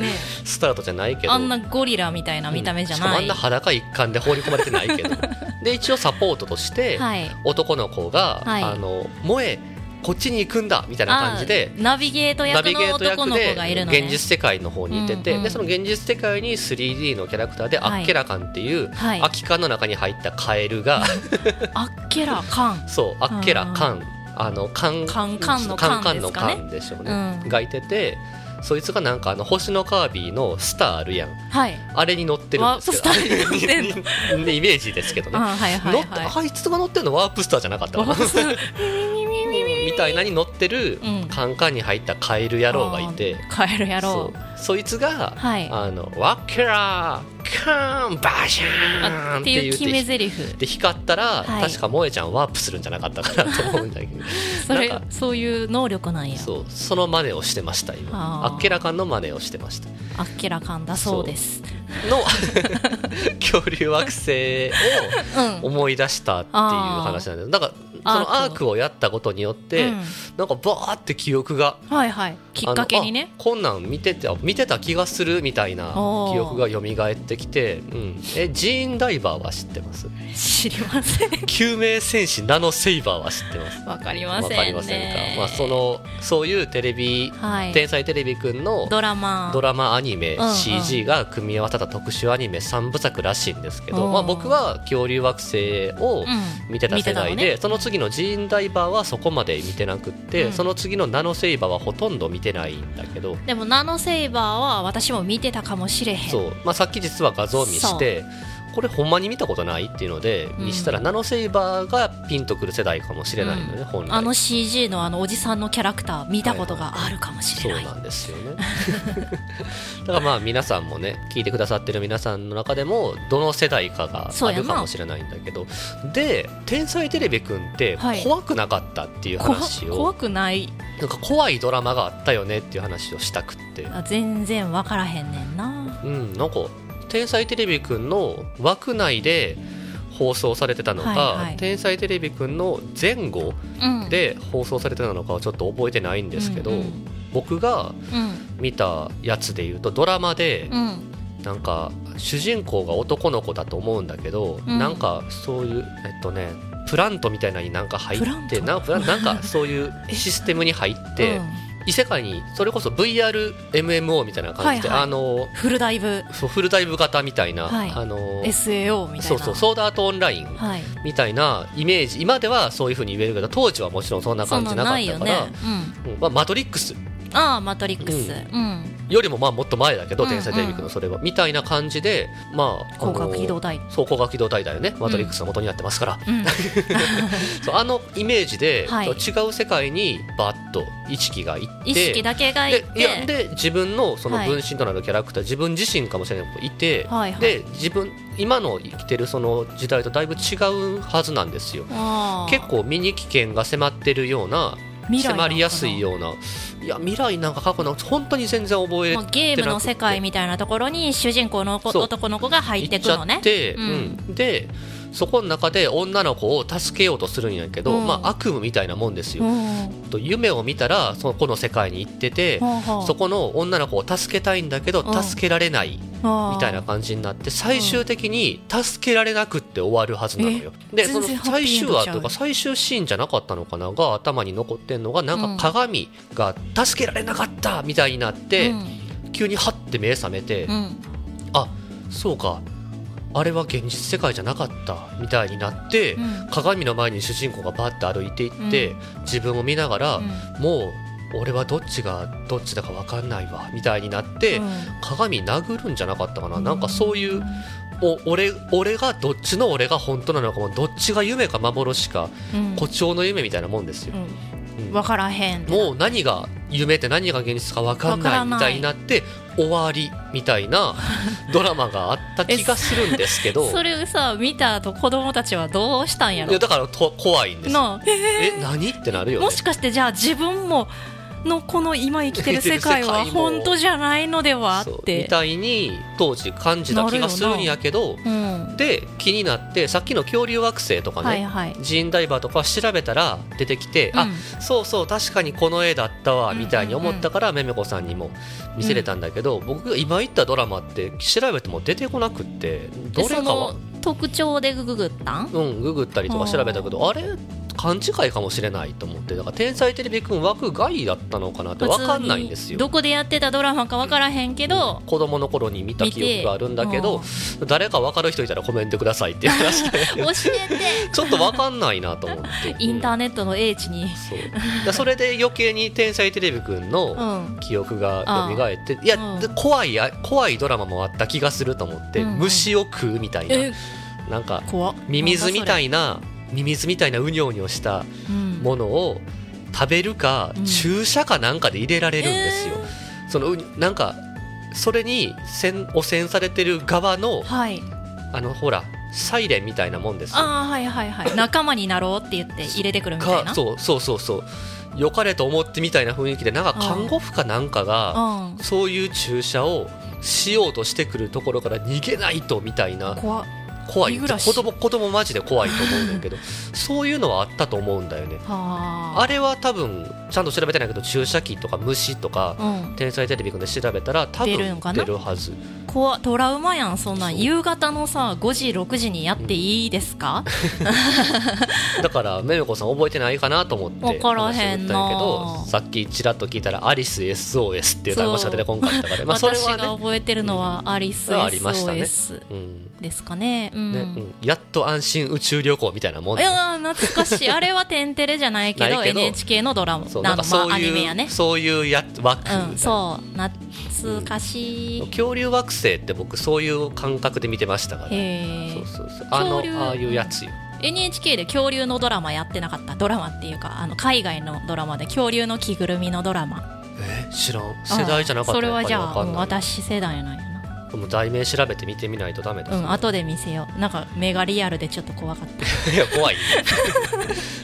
スタートじゃないけど
あんなゴリラみたいな見た目じゃ
うんしかも
な
あん
い、
な裸一貫で放り込まれてない けどで一応サポートとして、
はい
男の子が、
はい
あの萌えこっちに行くんだみたいな感じで
あーナビゲート
ナ
役
ビゲ
の
ート
男
役
の子
で
がいるのね
現実世界の方にいてて、
うんうん
でその現実世界に 3D のキャラクターでア
はい
ッケラカンっていう、
はい
空き缶の中に入ったカエルが
あっけらかん
そうアッケラカンあのカン
カンカンの
カンカ
カ
ン
ンです
の
かね
カンでしょう
う
ね、
ん
がいててそいつがなんかあの星のカービィのスターあるやん
はい
あれに乗ってるんですけど
ワープスターに乗ってんの
ねイメージですけどね
あはいはい
乗っ
はい
あいつが乗ってるのワープスターじゃなかったかなみたいなに乗ってる
うん
カンカンに入ったカエル野郎がいて、
あー帰るや ろ
そう
う
そいつが、
はい
あのワッキャラーカーンバシャーン
あ
っ
って
て
い
言
う
っ
決め
て
台詞
で光ったら、
はい
確か萌えちゃんワープするんじゃなかったかなと思うん だけど
それ
なんか
そういう能力なんや
そうその真似をしてました今
あー
あっけらかんの真似をしてました
あっけらかんだそうです
の恐竜惑星
うん
を思い出したっていう話なんですだからその
ア
ア
ークを
ークをやったことによって、
うん
なんかバーって記憶が
はいはいきっかけに
あの
ね
あこんなん見ててあ見てた気がするみたいな記
おー
憶が蘇ってきて、うん、えジーンダイバーは知っ てます
知りま せん
救命戦士ナノセイバーは知ってます
わかり
わ
ませんね
かりませんか、まあ、そのそういうテレビ、
はい
天才テレビくんの
ドラマ
ドラマアニメ、
うんうん
CG が組み合わさった特殊アニメ3部作らしいんですけど、
おー
まあ、僕は恐竜惑星を
うん
見てた世代
見
で、
て
その次のジーンダイバーはそこまで見てなくって、
うん
その次のナノセイバーはほとんど見てないんだけど、
でもナノセイバーは私も見てたかもしれへん
そうまあ、さっき実は画像見してこれほんまに見たことないっていうので
うん
見したら、ナノセイバーがピンとくる世代かもしれないのね、
うん
本来
あの CG のあのおじさんのキャラクター見たことがあるかもし
そう
れない、
なんですよね だからまあ皆さんもね聞いてくださってる皆さんの中でもどの世代かが
そう
あ
や
る
な
かもしれないんだけどで「天才テレビくん」って
はい
怖くなかったっていう
怖
話を、
怖くない
なんか怖いドラマがあったよねっていう話をしたくって
あ全然分からへんねんな
うんなんか「天才テレビくん」の枠内で放送されてたのか、
はいはい
天才テレビくんの前後
うん
で放送されてたのかはちょっと覚えてないんですけど、
うん
僕が
うん
見たやつでいうとドラマで
うんうん
なんか主人公が男の子だと思うんだけど、
うん
なんかそういうえっとねプラントみたいなのになんか入
プラン
って
ト
なプラなんかそういう システムに入って、
うん
異世界にそれこそ VRMMO みたいな感じで、
はいはい
あの
フルダイブ
そうフルダイブ型みたいな、
はい
あの
SAO みたいな
そうそうソードアートオンライン
はい
みたいなイメージ今ではそういうふうに言えるけど当時はもちろんそんな
そん
感
な
じ
ん
なか
な
っ
い
た
よ
か
ね
ら、うんまあ、マトリックス
うんああマトリックスうん
よりもまあもっと前だけど「
うん
天才テレビくん」のそれは、みたいな感じでまああの
広角機動隊
そう高角機動隊だよねマトリックスの元になってますから、
うん
そうあのイメージで、
はい
違う世界にバッと意識がいっ て
意識だけがいっ
でい
て
やで自分のその
はい
分身となるキャラクター、自分自身かもしれないけどいて、
はいはい
で自分今の生きてるその時代とだいぶ違うはずなんですよ
ああ
結構身に危険が迫ってるような
未来なのかな
迫りやすいようないや未来なんか過去なんか本当に全然覚え
まあゲームの世界みたいなところに主人公の子
そう
男の子が入っ
行
て
っ
く
ちゃ
の
っ
ね
て、
う
うんでそこの中で女の子を助けようとするんやけど、
うん
まあ、悪夢みたいなもんですよ、
うん
と夢を見たらその子の世界に行ってて、
ほうほう
そこの女の子を助けたいんだけど
うん
助けられないみたいな感じになって最終的に助けられなくって終わるはずなのよ。でそ
全
の
然
最終話
ハッピーエンドちゃ
と
う
か最終シーンじゃなかったのかなが頭に残ってんのがな
うんん
か鏡が助けられなかったみたいになって、急にハッて目覚めて、
うんうん
あそうかあれは現実世界じゃなかったみたいになって、
うん
鏡の前に主人公がバッて歩いていって、
う
自分を見ながら、
うん
もう俺はどっちがどっちだか分かんないわみたいになって、
うん
鏡殴るんじゃなかったかな、なんかそういうお俺俺がどっちの俺が本当なのかもどっちが夢か幻か
うん
誇張の夢みたいなもんですよ
う、ん
うん
分からへん
もう何が夢って何が現実か分か
わ
ん
か
な
らない
いみたいになって終わりみた いなドラマがあった気がするんですけど
それさ見た後子供たちはどうしたんや
い
ろ
やだからと怖いんですよ
なあえ
え何ってなるよね
もしかしてじゃあ自分ものこの今生きてる世界は
生きてる世界も
本当じゃないのではっ
そうみ
て
たいに当時感じた気がするんやけど
うん
で気になってさっきの恐竜惑星とかね、
はいはい
ジーンダイバーとか調べたら出てきて、
う
あ
ん
そうそう確かにこの絵だったわ
うん
みたいに思ったからめめこさんにも見せれたんだけど、僕が今言ったドラマって調べても出てこなくってど
で
れ
そ
かは
の特徴でググったん
うんググったりとか調べたけどあれ勘違いかもしれないと思ってだから「天才てれびくん」枠外だったのかなって分かんないんですよ
どこでやってたドラマか分からへんけど、
子供の頃に見た
見て
記憶があるんだけど誰か分かる人いたらコメントくださいっていう 話で
教え て
ちょっと分かんないなと思って
インターネットの英知に
そうだからそれで余計に「天才てれびくん」
う
の
ん
記憶が蘇っていや
うん
で怖いや怖いドラマもあった気がすると思って
うんうん
虫を食うみたいな
え
なんか
怖っ
ミミズみた
い、
いなミミズみたいなうにょうにょした
うん
ものを食べるか、
うん
注射かなんかで入れられるんですよ。そのうになんかそれにせん汚染されてる側の
はい
あのほらサイレンみたいなもんですよ。
ああはいはいはい仲間になろうって言って入れてくるみたいな
かそうそうそうそう良かれと思ってみたいな雰囲気でなんか
うん
看護婦かなんかが
うん
そういう注射をしようとしてくるところから逃げないとみたいな
怖っ
怖い
逃げらし
子供子供マジで怖いと思うんだけ どそういうのはあったと思うんだよね。
は
あれは多分ちゃんと調べてないけど注射器とか虫とか
あうん
天才テレビくんで調べたら多分
出るのか
出
な
るはず
怖っトラウマやんそんなん
そう
夕方のさ5時6時にやっていいですか、
だからめめこさん覚えてないかなと思って
わからへんな
話を打ったんやけどさっきちらっと聞いたら「アリス SOS」っていう単語しか出てこんかったからまあそれ
私
は
が
ね
覚えてるのはアリス
うんありましたね
SOS
うん
ですかね,、うん
ねうんやっと安心宇宙旅行みたいなもん
い
ね
やー懐か しいあれは「テンテレ」じゃないけど
ないけど
NHK のドラマ
そう
あ
なん
の
か
ま
そう
あアニメ
い
や
う、
ね
そういうや枠、
うんそう懐かしい、
恐竜惑星って僕そういう感覚で見てましたから
へ
そ
ー
うそうそうあの
恐竜
ああいうやつよ
NHK で恐竜のドラマやってなかったドラマっていうかあの海外のドラマで恐竜の着ぐるみのドラマ
え知らん世代じゃなかった
うんそれはじ
や
ゃ
っ
あ
ぱり
う
わ
ん
かんない
私世代なんやな
もう題名調べて見てみないとダメだ
うん後で見せようなんか目がリアルでちょっと怖かった
いや怖い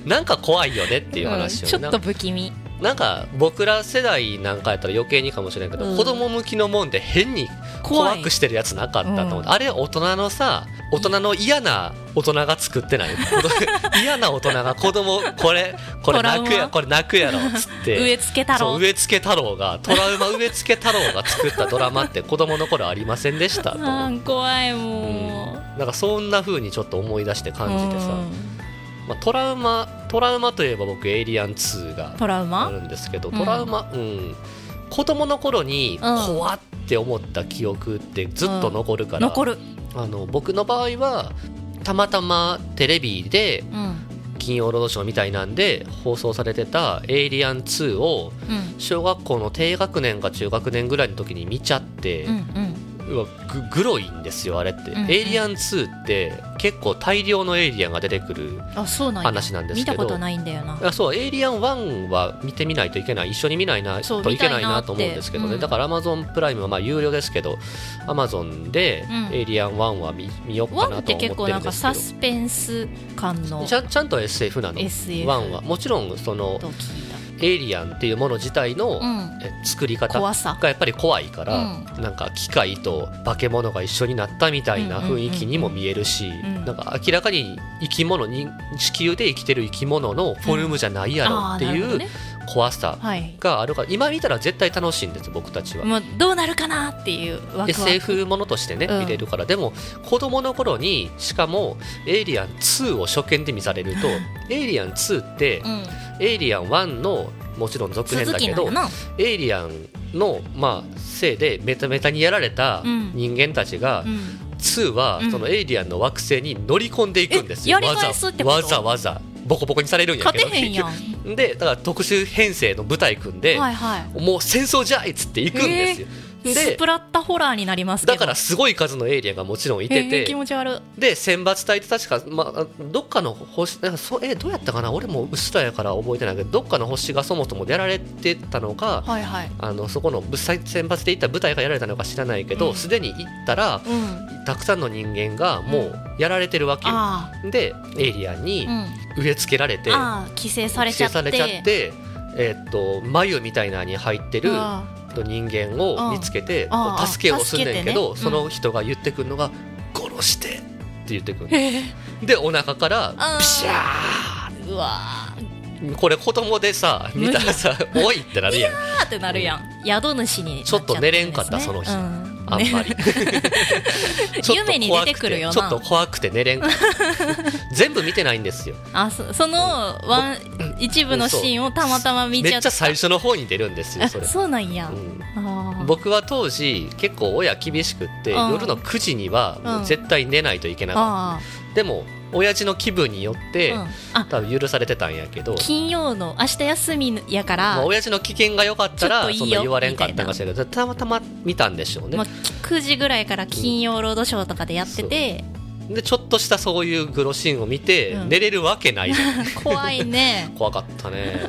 なんか怖いよねっていう話を、ね
うんちょっと不気味
なんか僕ら世代なんかやったら余計にかもしれないけど、
うん
子供向きのもんで変に
怖い
怖くしてるやつなかったと思って、
う
あれ大人のさ大人の嫌な大人が作ってない 子供嫌な大人が子供これこれ
トラウ
泣
マ
くやこれ泣くやろっつ って
植え付け太
そ
郎
う植え付け太郎がトラウマ植え付け太郎が作ったドラマって子供の頃ありませんでしたと思
あ
って
ー怖いも
うん
う、
なんかそんな風にちょっと思い出して感じてさ、
うん
まあ、トラウマトラウマといえば僕「エイリアン2」が
トラウマ
あるんですけど
うん
トラウマ、うん子供の頃に怖って思った記憶ってずっと残るから、
残る、
あの僕の場合はたまたまテレビで
うん
「金曜ロードショー」みたいなんで放送されてた「エイリアン2」を
うん
小学校の低学年か中学年ぐらいの時に見ちゃって、
うんうん
うわググロいんですよあれって、
うんうん
エイリアン2」って結構大量のエイリアンが出てくる
あそうなんや
話なんですけ
見
ど
たことないんだよな
あそう「エイリアン1」は見てみないといけない一緒に見ないな
そう
といけない
見たいな
な
って
と思うんですけどね、
うん
だから Amazon プライムはまあ有料ですけど Amazon で
うん
「エイリアン1」は見見よう
ワ
か
ン
な
って
と思って
結
るんですけど
構なんかサスペンス感の
ちゃんちゃんと SF なの
SF
ワンはもちろんその
と聞い
エイリアンっていうもの自体の、
た、うん、
え作り方
怖さ
がやっぱり怖いから、なんか機械と化け物が一緒になったみたいな雰囲気にも見えるし、
ん
なんか明らかに生き物に地球で生きてる生き物のフォルムじゃないやろ
あー
って
なるほ
い
ど
う
ね
怖さ
はい
があるから今見たら絶対楽しいんです僕たちは。
もうどうなるかなっていうワクワク
SF ものとしてね
うん
見れるから、でも子供の頃にしかも「エイリアン2」を初見で見されると「エイリアン2」って
うん、
「エイリアン1」のもちろん続編
続
だ
き
け
な
ど
のな
エイリアンの、まあ、せいでメタメタにやられた
うん
人間たちが、
うん
2は
うん
そのエイリアンの惑星に乗り込んでいくんですよ
えやり返すってこと
わざわざわざボコボコにされるんや
勝
けど
てへんやん
でだから特殊編成の部隊組んで、
はいはい
もう戦争じゃいっつって行くんですよ、
ス
で
プラッタホラーになりますけど
だからすごい数のエイリアンがもちろんいて
え
て、
ー気持ち悪い
で選抜隊って確か、まあ、どっかの星なんかそうえどうやったかな俺もうっすらやから覚えてないけどどっかの星がそもそもやられてたのか、
はいはい
あのそこのぶ選抜で行った部隊がやられたのか知らないけ
う
ど
ん
すで、に行ったら
うん
たくさんの人間がもうやられてるわけよ、
あ
でエイリアンに
あうん
植え付けられて、
ああ規制されちゃって
規制されちゃってえーっと眉みたいなのに入ってる
うわ
人間
うん
を見つけて
ああ
助けをすんねんけど、
助けて
そ
ねうん
の人が言ってくるのが「殺して!」って言ってくる
え
でお腹から
あ
ピシャ
ーうわー
ーこれ子供でさ見たらさ「おい!」ってなるやん
あーってなるやん、宿主になっちゃ
ちょっと寝れんかった
ですね
その日
うん
あんまり ちょっと怖く
夢に出てくるよな
ちょっと怖くて寝 れんかった全部見てないんですよ
あそ そのワン一部のシーンをたまたま見
め
ちゃ
っ
っ
ちゃ
た
最初の方に出るんですよそ
あ
れ、
そうなんや、
うん
あー
僕は当時結構親厳しくって、
うん
夜の9時にはもう絶対寝ないといけなかっ
あ
た、でも親父の気分によって、
ー、うん、あ
多分許されてたんやけど
金曜の明日休みやか
まあ
ら、
親父の危険が良かったら
ちょっといいよ
そんな言われんかったんかしらんけどたまたま見たんでしょうね、
まあ、9時ぐらいから金曜ロードショーとかでやってて、
でちょっとしたそういうグロシーンを見て、
うん
寝れるわけないじゃん
怖い ね
怖かったね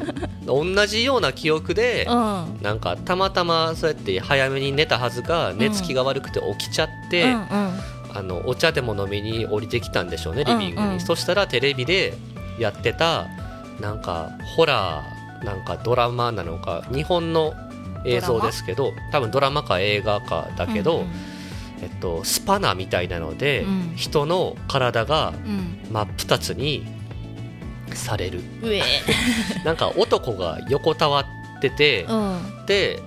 同じような記憶で
う、ん
なんかたまたまそうやって早めに寝たはずが寝つきが悪くて起きちゃって、
うんうん
あのお茶でも飲みに降りてきたんでしょうねリビン
う
グに、
んうん
そしたらテレビでやってたなんかホラーなんかドラマなのか日本の映像ですけど多分ドラマか映画かだけど、
うん
えっと、スパナみたいなので、
うん
人の体が
うん、
真っ二つにさ れる
うえ、
なんか男が横たわって て、
うん、
で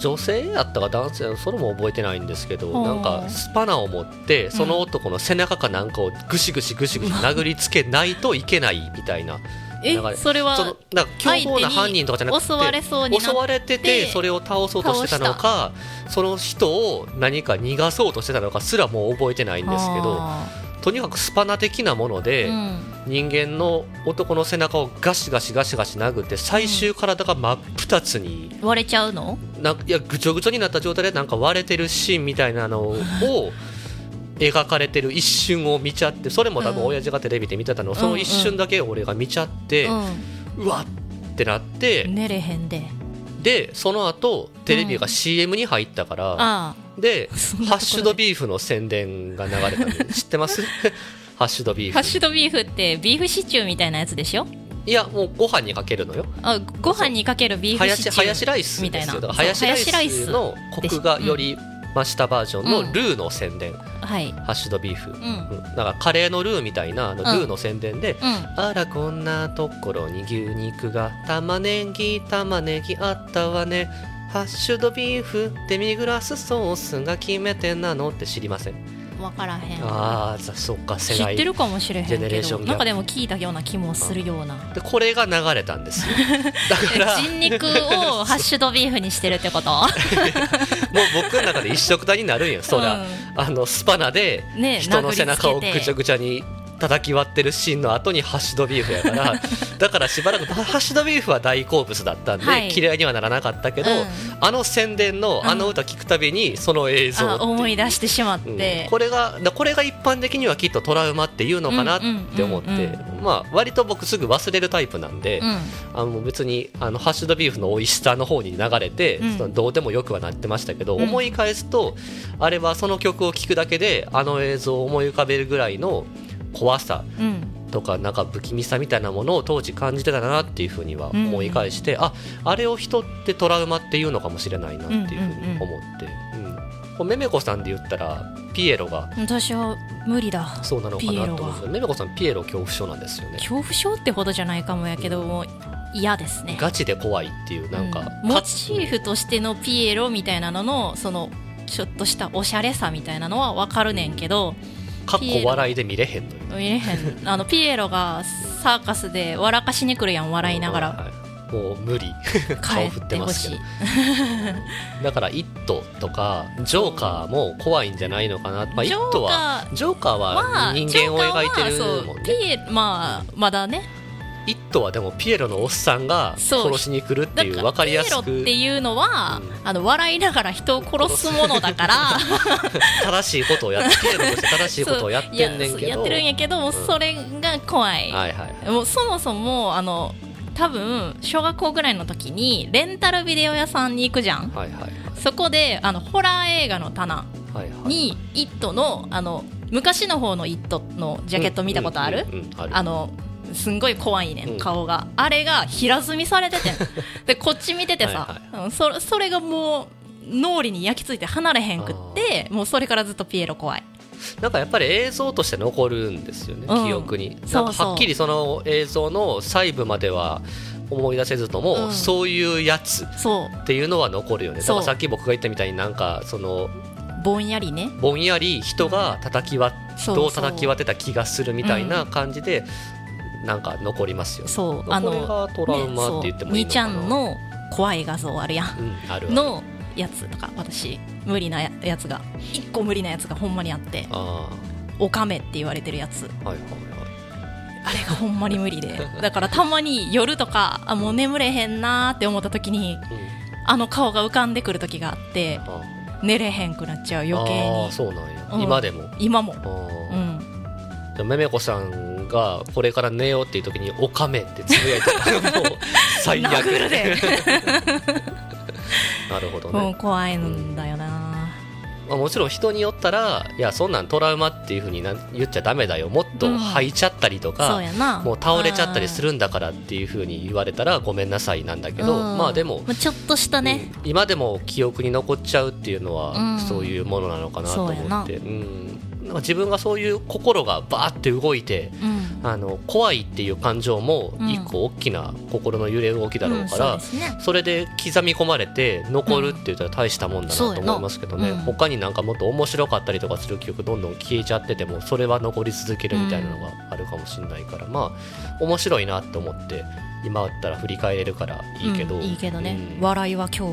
女性やったか男性それも覚えてないんですけど
ほう
なんかスパナを持ってその男の背中かなんかをぐしぐしぐしぐし殴りつけないといけないみたいなだから
え、それは
そのなんか凶暴な犯人とかじゃなくて
襲われそうにな
襲われてて
て
それを倒そうとしてたのかその人を何か逃がそうとしてたのかすらもう覚えてないんですけど
あ
とにかくスパナ的なもの
ー
で
うん
人間の男の背中をガシガシガシガシ殴って最終体が真っ二つに。
割れちゃうの
なんいやぐちょぐちょになった状態でなんか割れてるシーンみたいなのを描かれてる一瞬を見ちゃってそれも多分
うん
親父がテレビで見てたのを、
うん
その一瞬だけ俺が見ちゃって、うわってなって、
うん、寝れへんで
でその後テレビが CM に入ったから、
あ
で
そんなとこで
ハッシュドビーフの宣伝が流れたの知ってます ハッシュドビ
あ
ー
ハッ
フ
シュドビーフってビーフシチューみたいなやつでしょ
いやもうご飯にかけるのよ
あご飯にかけるビー
ハ
フ
ヤ
シチ
シ
ュー
ハヤシライス
みた
で
い
す
な
よだから
そ
ハ
う
ヤシライ
ハヤ
ス
シ
のコクがより増したバージョンの
うん
ルーの宣伝、
はい
ハッシュドビーフ、
う
うん
ん
なんかカレーのルーみたいなあの
うん
ルーの宣伝で、
うん
あらこんなところに牛肉が玉ねぎ玉ねぎあったわねハッシュドビーフデミグラスソースが決め手なのって知りません
分からへん
あーざそっか世
知っ
代
てるかもしれへん
ジェネレ
け
ーション
ど
ギ
な
ャップ
んかでも聞いたような気もする ような
でこれが流れた んですよだから
人肉をハッシュドビーフにしてるってこと
もう僕の中で一色体になるんよ そら、あのスパナで
ね
人の背中を
殴りつけ
ぐ
て
ちゃぐちゃに叩き割ってるシーンの後にハッシュドビーフやか らだからしばらくハッシュドビーフは大好物だったんで、
はい
嫌いにはならなかったけど、
うん
あの宣伝のあの歌聞くたびにその映像って
あ
いう
思い出してしまっ
うん
て
これがだこれが一般的にはきっとトラウマっていうのかなって思っ
うんうんう
て
ん
まあ割と僕すぐ忘れるタイプなんで、
うん
あの別にあのハッシュドビーフの美味しさの方に流れて、
うん
そのどうでもよくはなってましたけど、
うん
思い返すとあれはその曲を聴くだけであの映像を思い浮かべるぐらいの怖さ
うん
とかなんか不気味さみたいなものを当時感じてたなっていうふうには思い返して、ああれを人ってトラウマっていうのかもしれないなっていうふうに思って、うんこうめめこさんで言ったらピエロが
私は無理だ
そうなのかなと思うんですけどめめこさんピエロ恐怖症なんですよね。
恐怖症ってほどじゃないかもやけどもう嫌ですね
ガチで怖いっていうなんか、
うんモチーフとしてのピエロみたいなののそのちょっとしたおしゃれさみたいなのは分かるねんけど
かっこ笑いで見れへんのよ
見れへん あのピエロがサーカスで笑かしに来るやん笑いながら
はいもう無理
帰
顔振
っ
って
て
ま
ほ
す
し
け
い
どだから「イット!」とか「ジョーカー」も怖いんじゃないのかな、まあ、イ
ジョ
ッ
ー
ト
カ
は
ー
ジョーカー
ま
は
あ
人間を描い
ジョー
て
カーは
る
そ
もん
う
ね
ピエまあまだね
「イット!」はでもピエロのおっさんが
そう
殺しに来るって
だ
い
か
う
ら
分かりやす
ピエロっ
く
ていうのは、
う
あの笑いながら人を殺すものだから
正しいこと をやってピエロとして正しいことをやってんねん
そう
け
や
ど
ってるんやけどもう
うん
それが怖い、
はいはい
もうそもそもあの多分小学校ぐらいの時にレンタルビデオ屋さんに行くじゃん
はいはい
そこであのホラー映画の棚
はいはい
に「イット!」のあの昔の方の「イット!」のジャケット見たことある、
うんうんうんうんある
あのすんごい怖いね
うん
ん顔が、あれが平積みされて てんでこっち見ててさ
はい
うんそそれがもう脳裏に焼き付いて離れへんくってもうそれからずっとピエロ怖い
なんかやっぱり映像として残るんですよね、
うん
記憶に。な
そ
ん
うそう
かはっきりその映像の細部までは思い出せずとも、
うん
そういうやつっ
そう
ていうのは残るよね。だ
そう
からさっき僕が言ったみたいになんかその
ぼんやりね
ぼんやり人が叩き割
そう
人を
そう
叩き割ってた気がするみたいな感じで、なんか残りますよね
そうあ
これ
の
がトラウマって言ってもいいの
ち
か
ゃ
な、
んの怖い画像あるやん
うん、あるある
のやつとか私無理なややつが一個無理なやつがほんまにあって
あ
オカメって言われてるやつ
あはいはい
あれがほんまに無理 でだからたまに夜とかあもう眠れへんなーって思った時に
はい、うん
あの顔が浮かんでくる時があって
あ
寝れへんくなっちゃう余計
あ
に
ーそうなんや、
うん
今でも
今も
あ、ー
うん、
じゃあめめこさんがこれから寝ようっていう時に「おかめ」ってつぶやいたらもう最悪
殴るで
なるほどね、
もう怖いんだよな
まあ、もちろん人によったらいやそんなんトラウマっていうふうにな言っちゃダメだよもっと吐いちゃったりと
そ
か
う、やな
もう倒れちゃったりす
る
るんだからっていうふうに言われたらごめんなさいなんだけど、まあでも、
ちょっとしたね、
うん今でも記憶に残っちゃうっていうのは、
うん
そういうものなのかなと
そうや
思っ
な
てうんなんか自分がそういう心がバーって動いて
うん
あの怖いっていう感情も一個大きな心の揺れ動きだろうから、
んそうですね
それで刻み込まれて残るって言ったら大したもんだなと
そうや
思
ない
ますけどね、
うん
他になんかもっと面白かったりとかする記憶どんどん消えちゃっててもそれは残り続けるみたいなのがあるかもしれないから、まあ面白いなと思って今だったら振り返れるからいいけど、
うんいいけどね、
うん
笑いは恐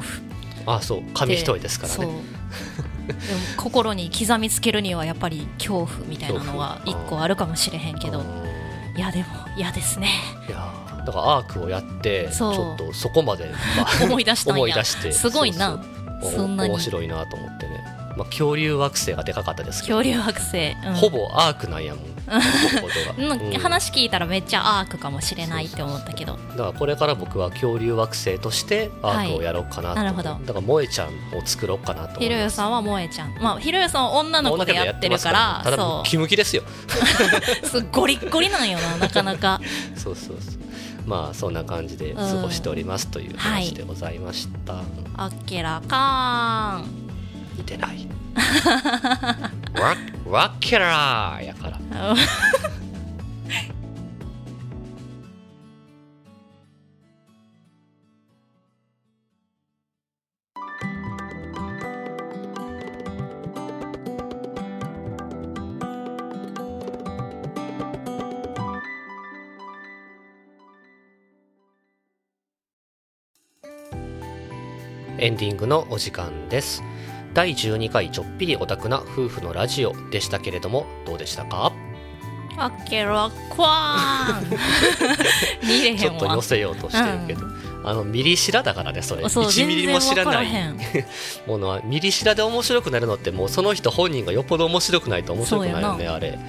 怖
あそう紙一重ですから
そう
ね
でも心に刻みつけるにはやっぱり恐怖みたいなのは一個あるかもしれへんけ
う
ど
ん
いやでも嫌ですね
いやーだからアークをやってち
そう
ょっとそこまで、まあ
思い出したんや
思い出して
すごいな
そうそう
そんなに
面白いなと思ってね、まあ、恐竜惑星がでかかったですけど
恐竜惑星、うん
ほぼアークなんやもんこと が、
なんか
うん
話聞いたらめっちゃアークかもしれないって思ったけど
だからこれから僕は恐竜惑星としてアークをやろうかなと、
はいなるほど
だから萌えちゃんを作ろうかなと思
ひ
い
ろよ
ます
さんは萌えちゃんまあひろよさんは女の子でやってるから
ただム
そ
ッキムキですよ
うすゴリッゴリなんよな なかなか
そうそうそうまあそんな感じで過ごしておりますという話でございました、
あっけらか
似てないわわっけらーやから
ーん
エンディングのお時間です第12回ちょっぴりオタクな夫婦のラジオでしたけれどもどうでしたか
あっけらかーん 見れ
ち
へ
ょ
ん
っと
わ
寄せようとしてるけど、あのミリ知らだからねそれ1ミリも知らな
全然
い
わからへん
ものはミリ知らで面白くなるのってもうその人本人がよっぽど面白くないと面白くないよ
そう
ね
や
あれ、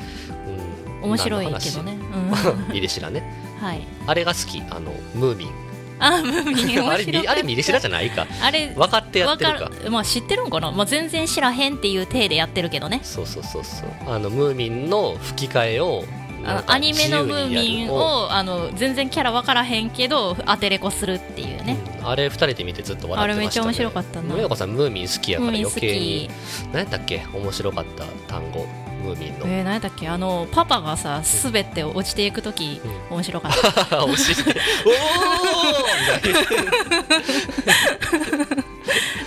うん、
面白いけどね、うん、
何の 話ミリ知らね
はい
あれが好きあのムーミン
あムーミン面白か
あ
っ
れ
た
ミあれミリ知らじゃないか
あれ
分かってやってる
わ
か
るまあ知ってるんかな、まあ、全然知らへんっていう体でやってるけどね
そうそうそうそうあのムーミンの吹き替えを
あ
なん
の
か
アニメのムー
自由に
ミ
や
ン
る
をあの全然キャラ分からへんけどアテレコするっていうね、
うんあれ二人で見てずっと笑ってました、
あ
ね、
れめっちゃ面白かったな
むよこさんムーミン好きやから
ムーミン
余
好き
計に何やったっけ面白かった単語ムーミンの、
えー、何だっけあのパパがさ滑って落ちていく時、
う
面白かった
おしいおーみたいな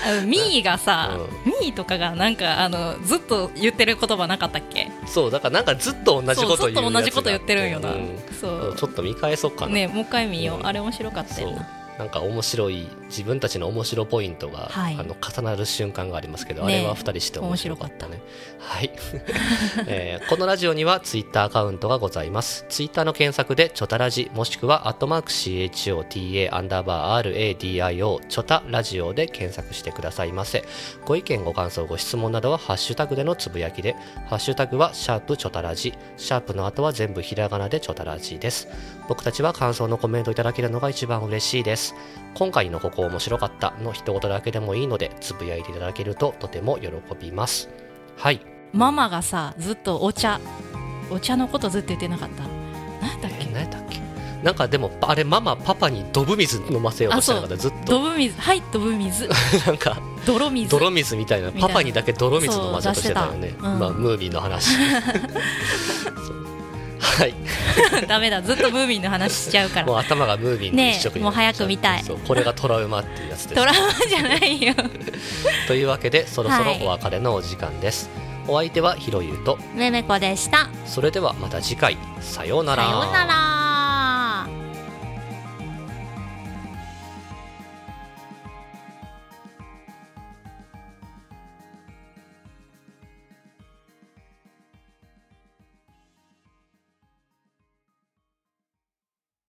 あのミーがさ、
う
ミーとかがなんかあのずっと言ってる言葉なかったっけ
そうだからなんかずっと同じ
そ
こ
う
と
ずっ
言うや
と
つが
同じこと言ってるんよな、
うん
そう
ちょっと見返そうかな、
ねもう一回見よう、
うん
あれ面白かった
そ
よ
う
な
なんか面白い自分たちの面白ポイントが、
はい
あの重なる瞬間がありますけど、
ね
あれは二人して面白かったねはい、 えーこのラジオにはツイッターアカウントがございますツイッターの検索で「チョタラジ」もしくは「アットマーク CHOTA アンダーバー RADIO チョタラジオ」で検索してくださいませご意見ご感想ご質問などはハッシュタグでのつぶやきでハッシュタグはシャープチョタラジシャープの後は全部ひらがなでチョタラジです僕たちは感想のコメントいただけるのが一番嬉しいです今回のここ面白かったの一言だけでもいいのでつぶやいていただけるととても喜びますはい
ママがさずっとお茶お茶のことずっと言ってなかった何だっ
え
け
何やったっけなんかでもあれママパパにドブ水飲ませようとしてなかったずっと
ドブ水はいドブ水
なんか
泥水
泥水みたいな
みたいな
パパにだけ泥水飲ませようとしてたよね
そう出してたうん
まあムービーの話そうはい
ダメだずっとムーミンの話しちゃ うか
も
ら
う頭がムービング一色になっちゃ
ねえもう早く見たい
そうこれがトラウマっていうやつです
トラウマじゃない よ
というわけでそろそろ
はい
お別れのお時間です、お相手はひろゆうと
めめこでした
それではまた次回さような
さようなら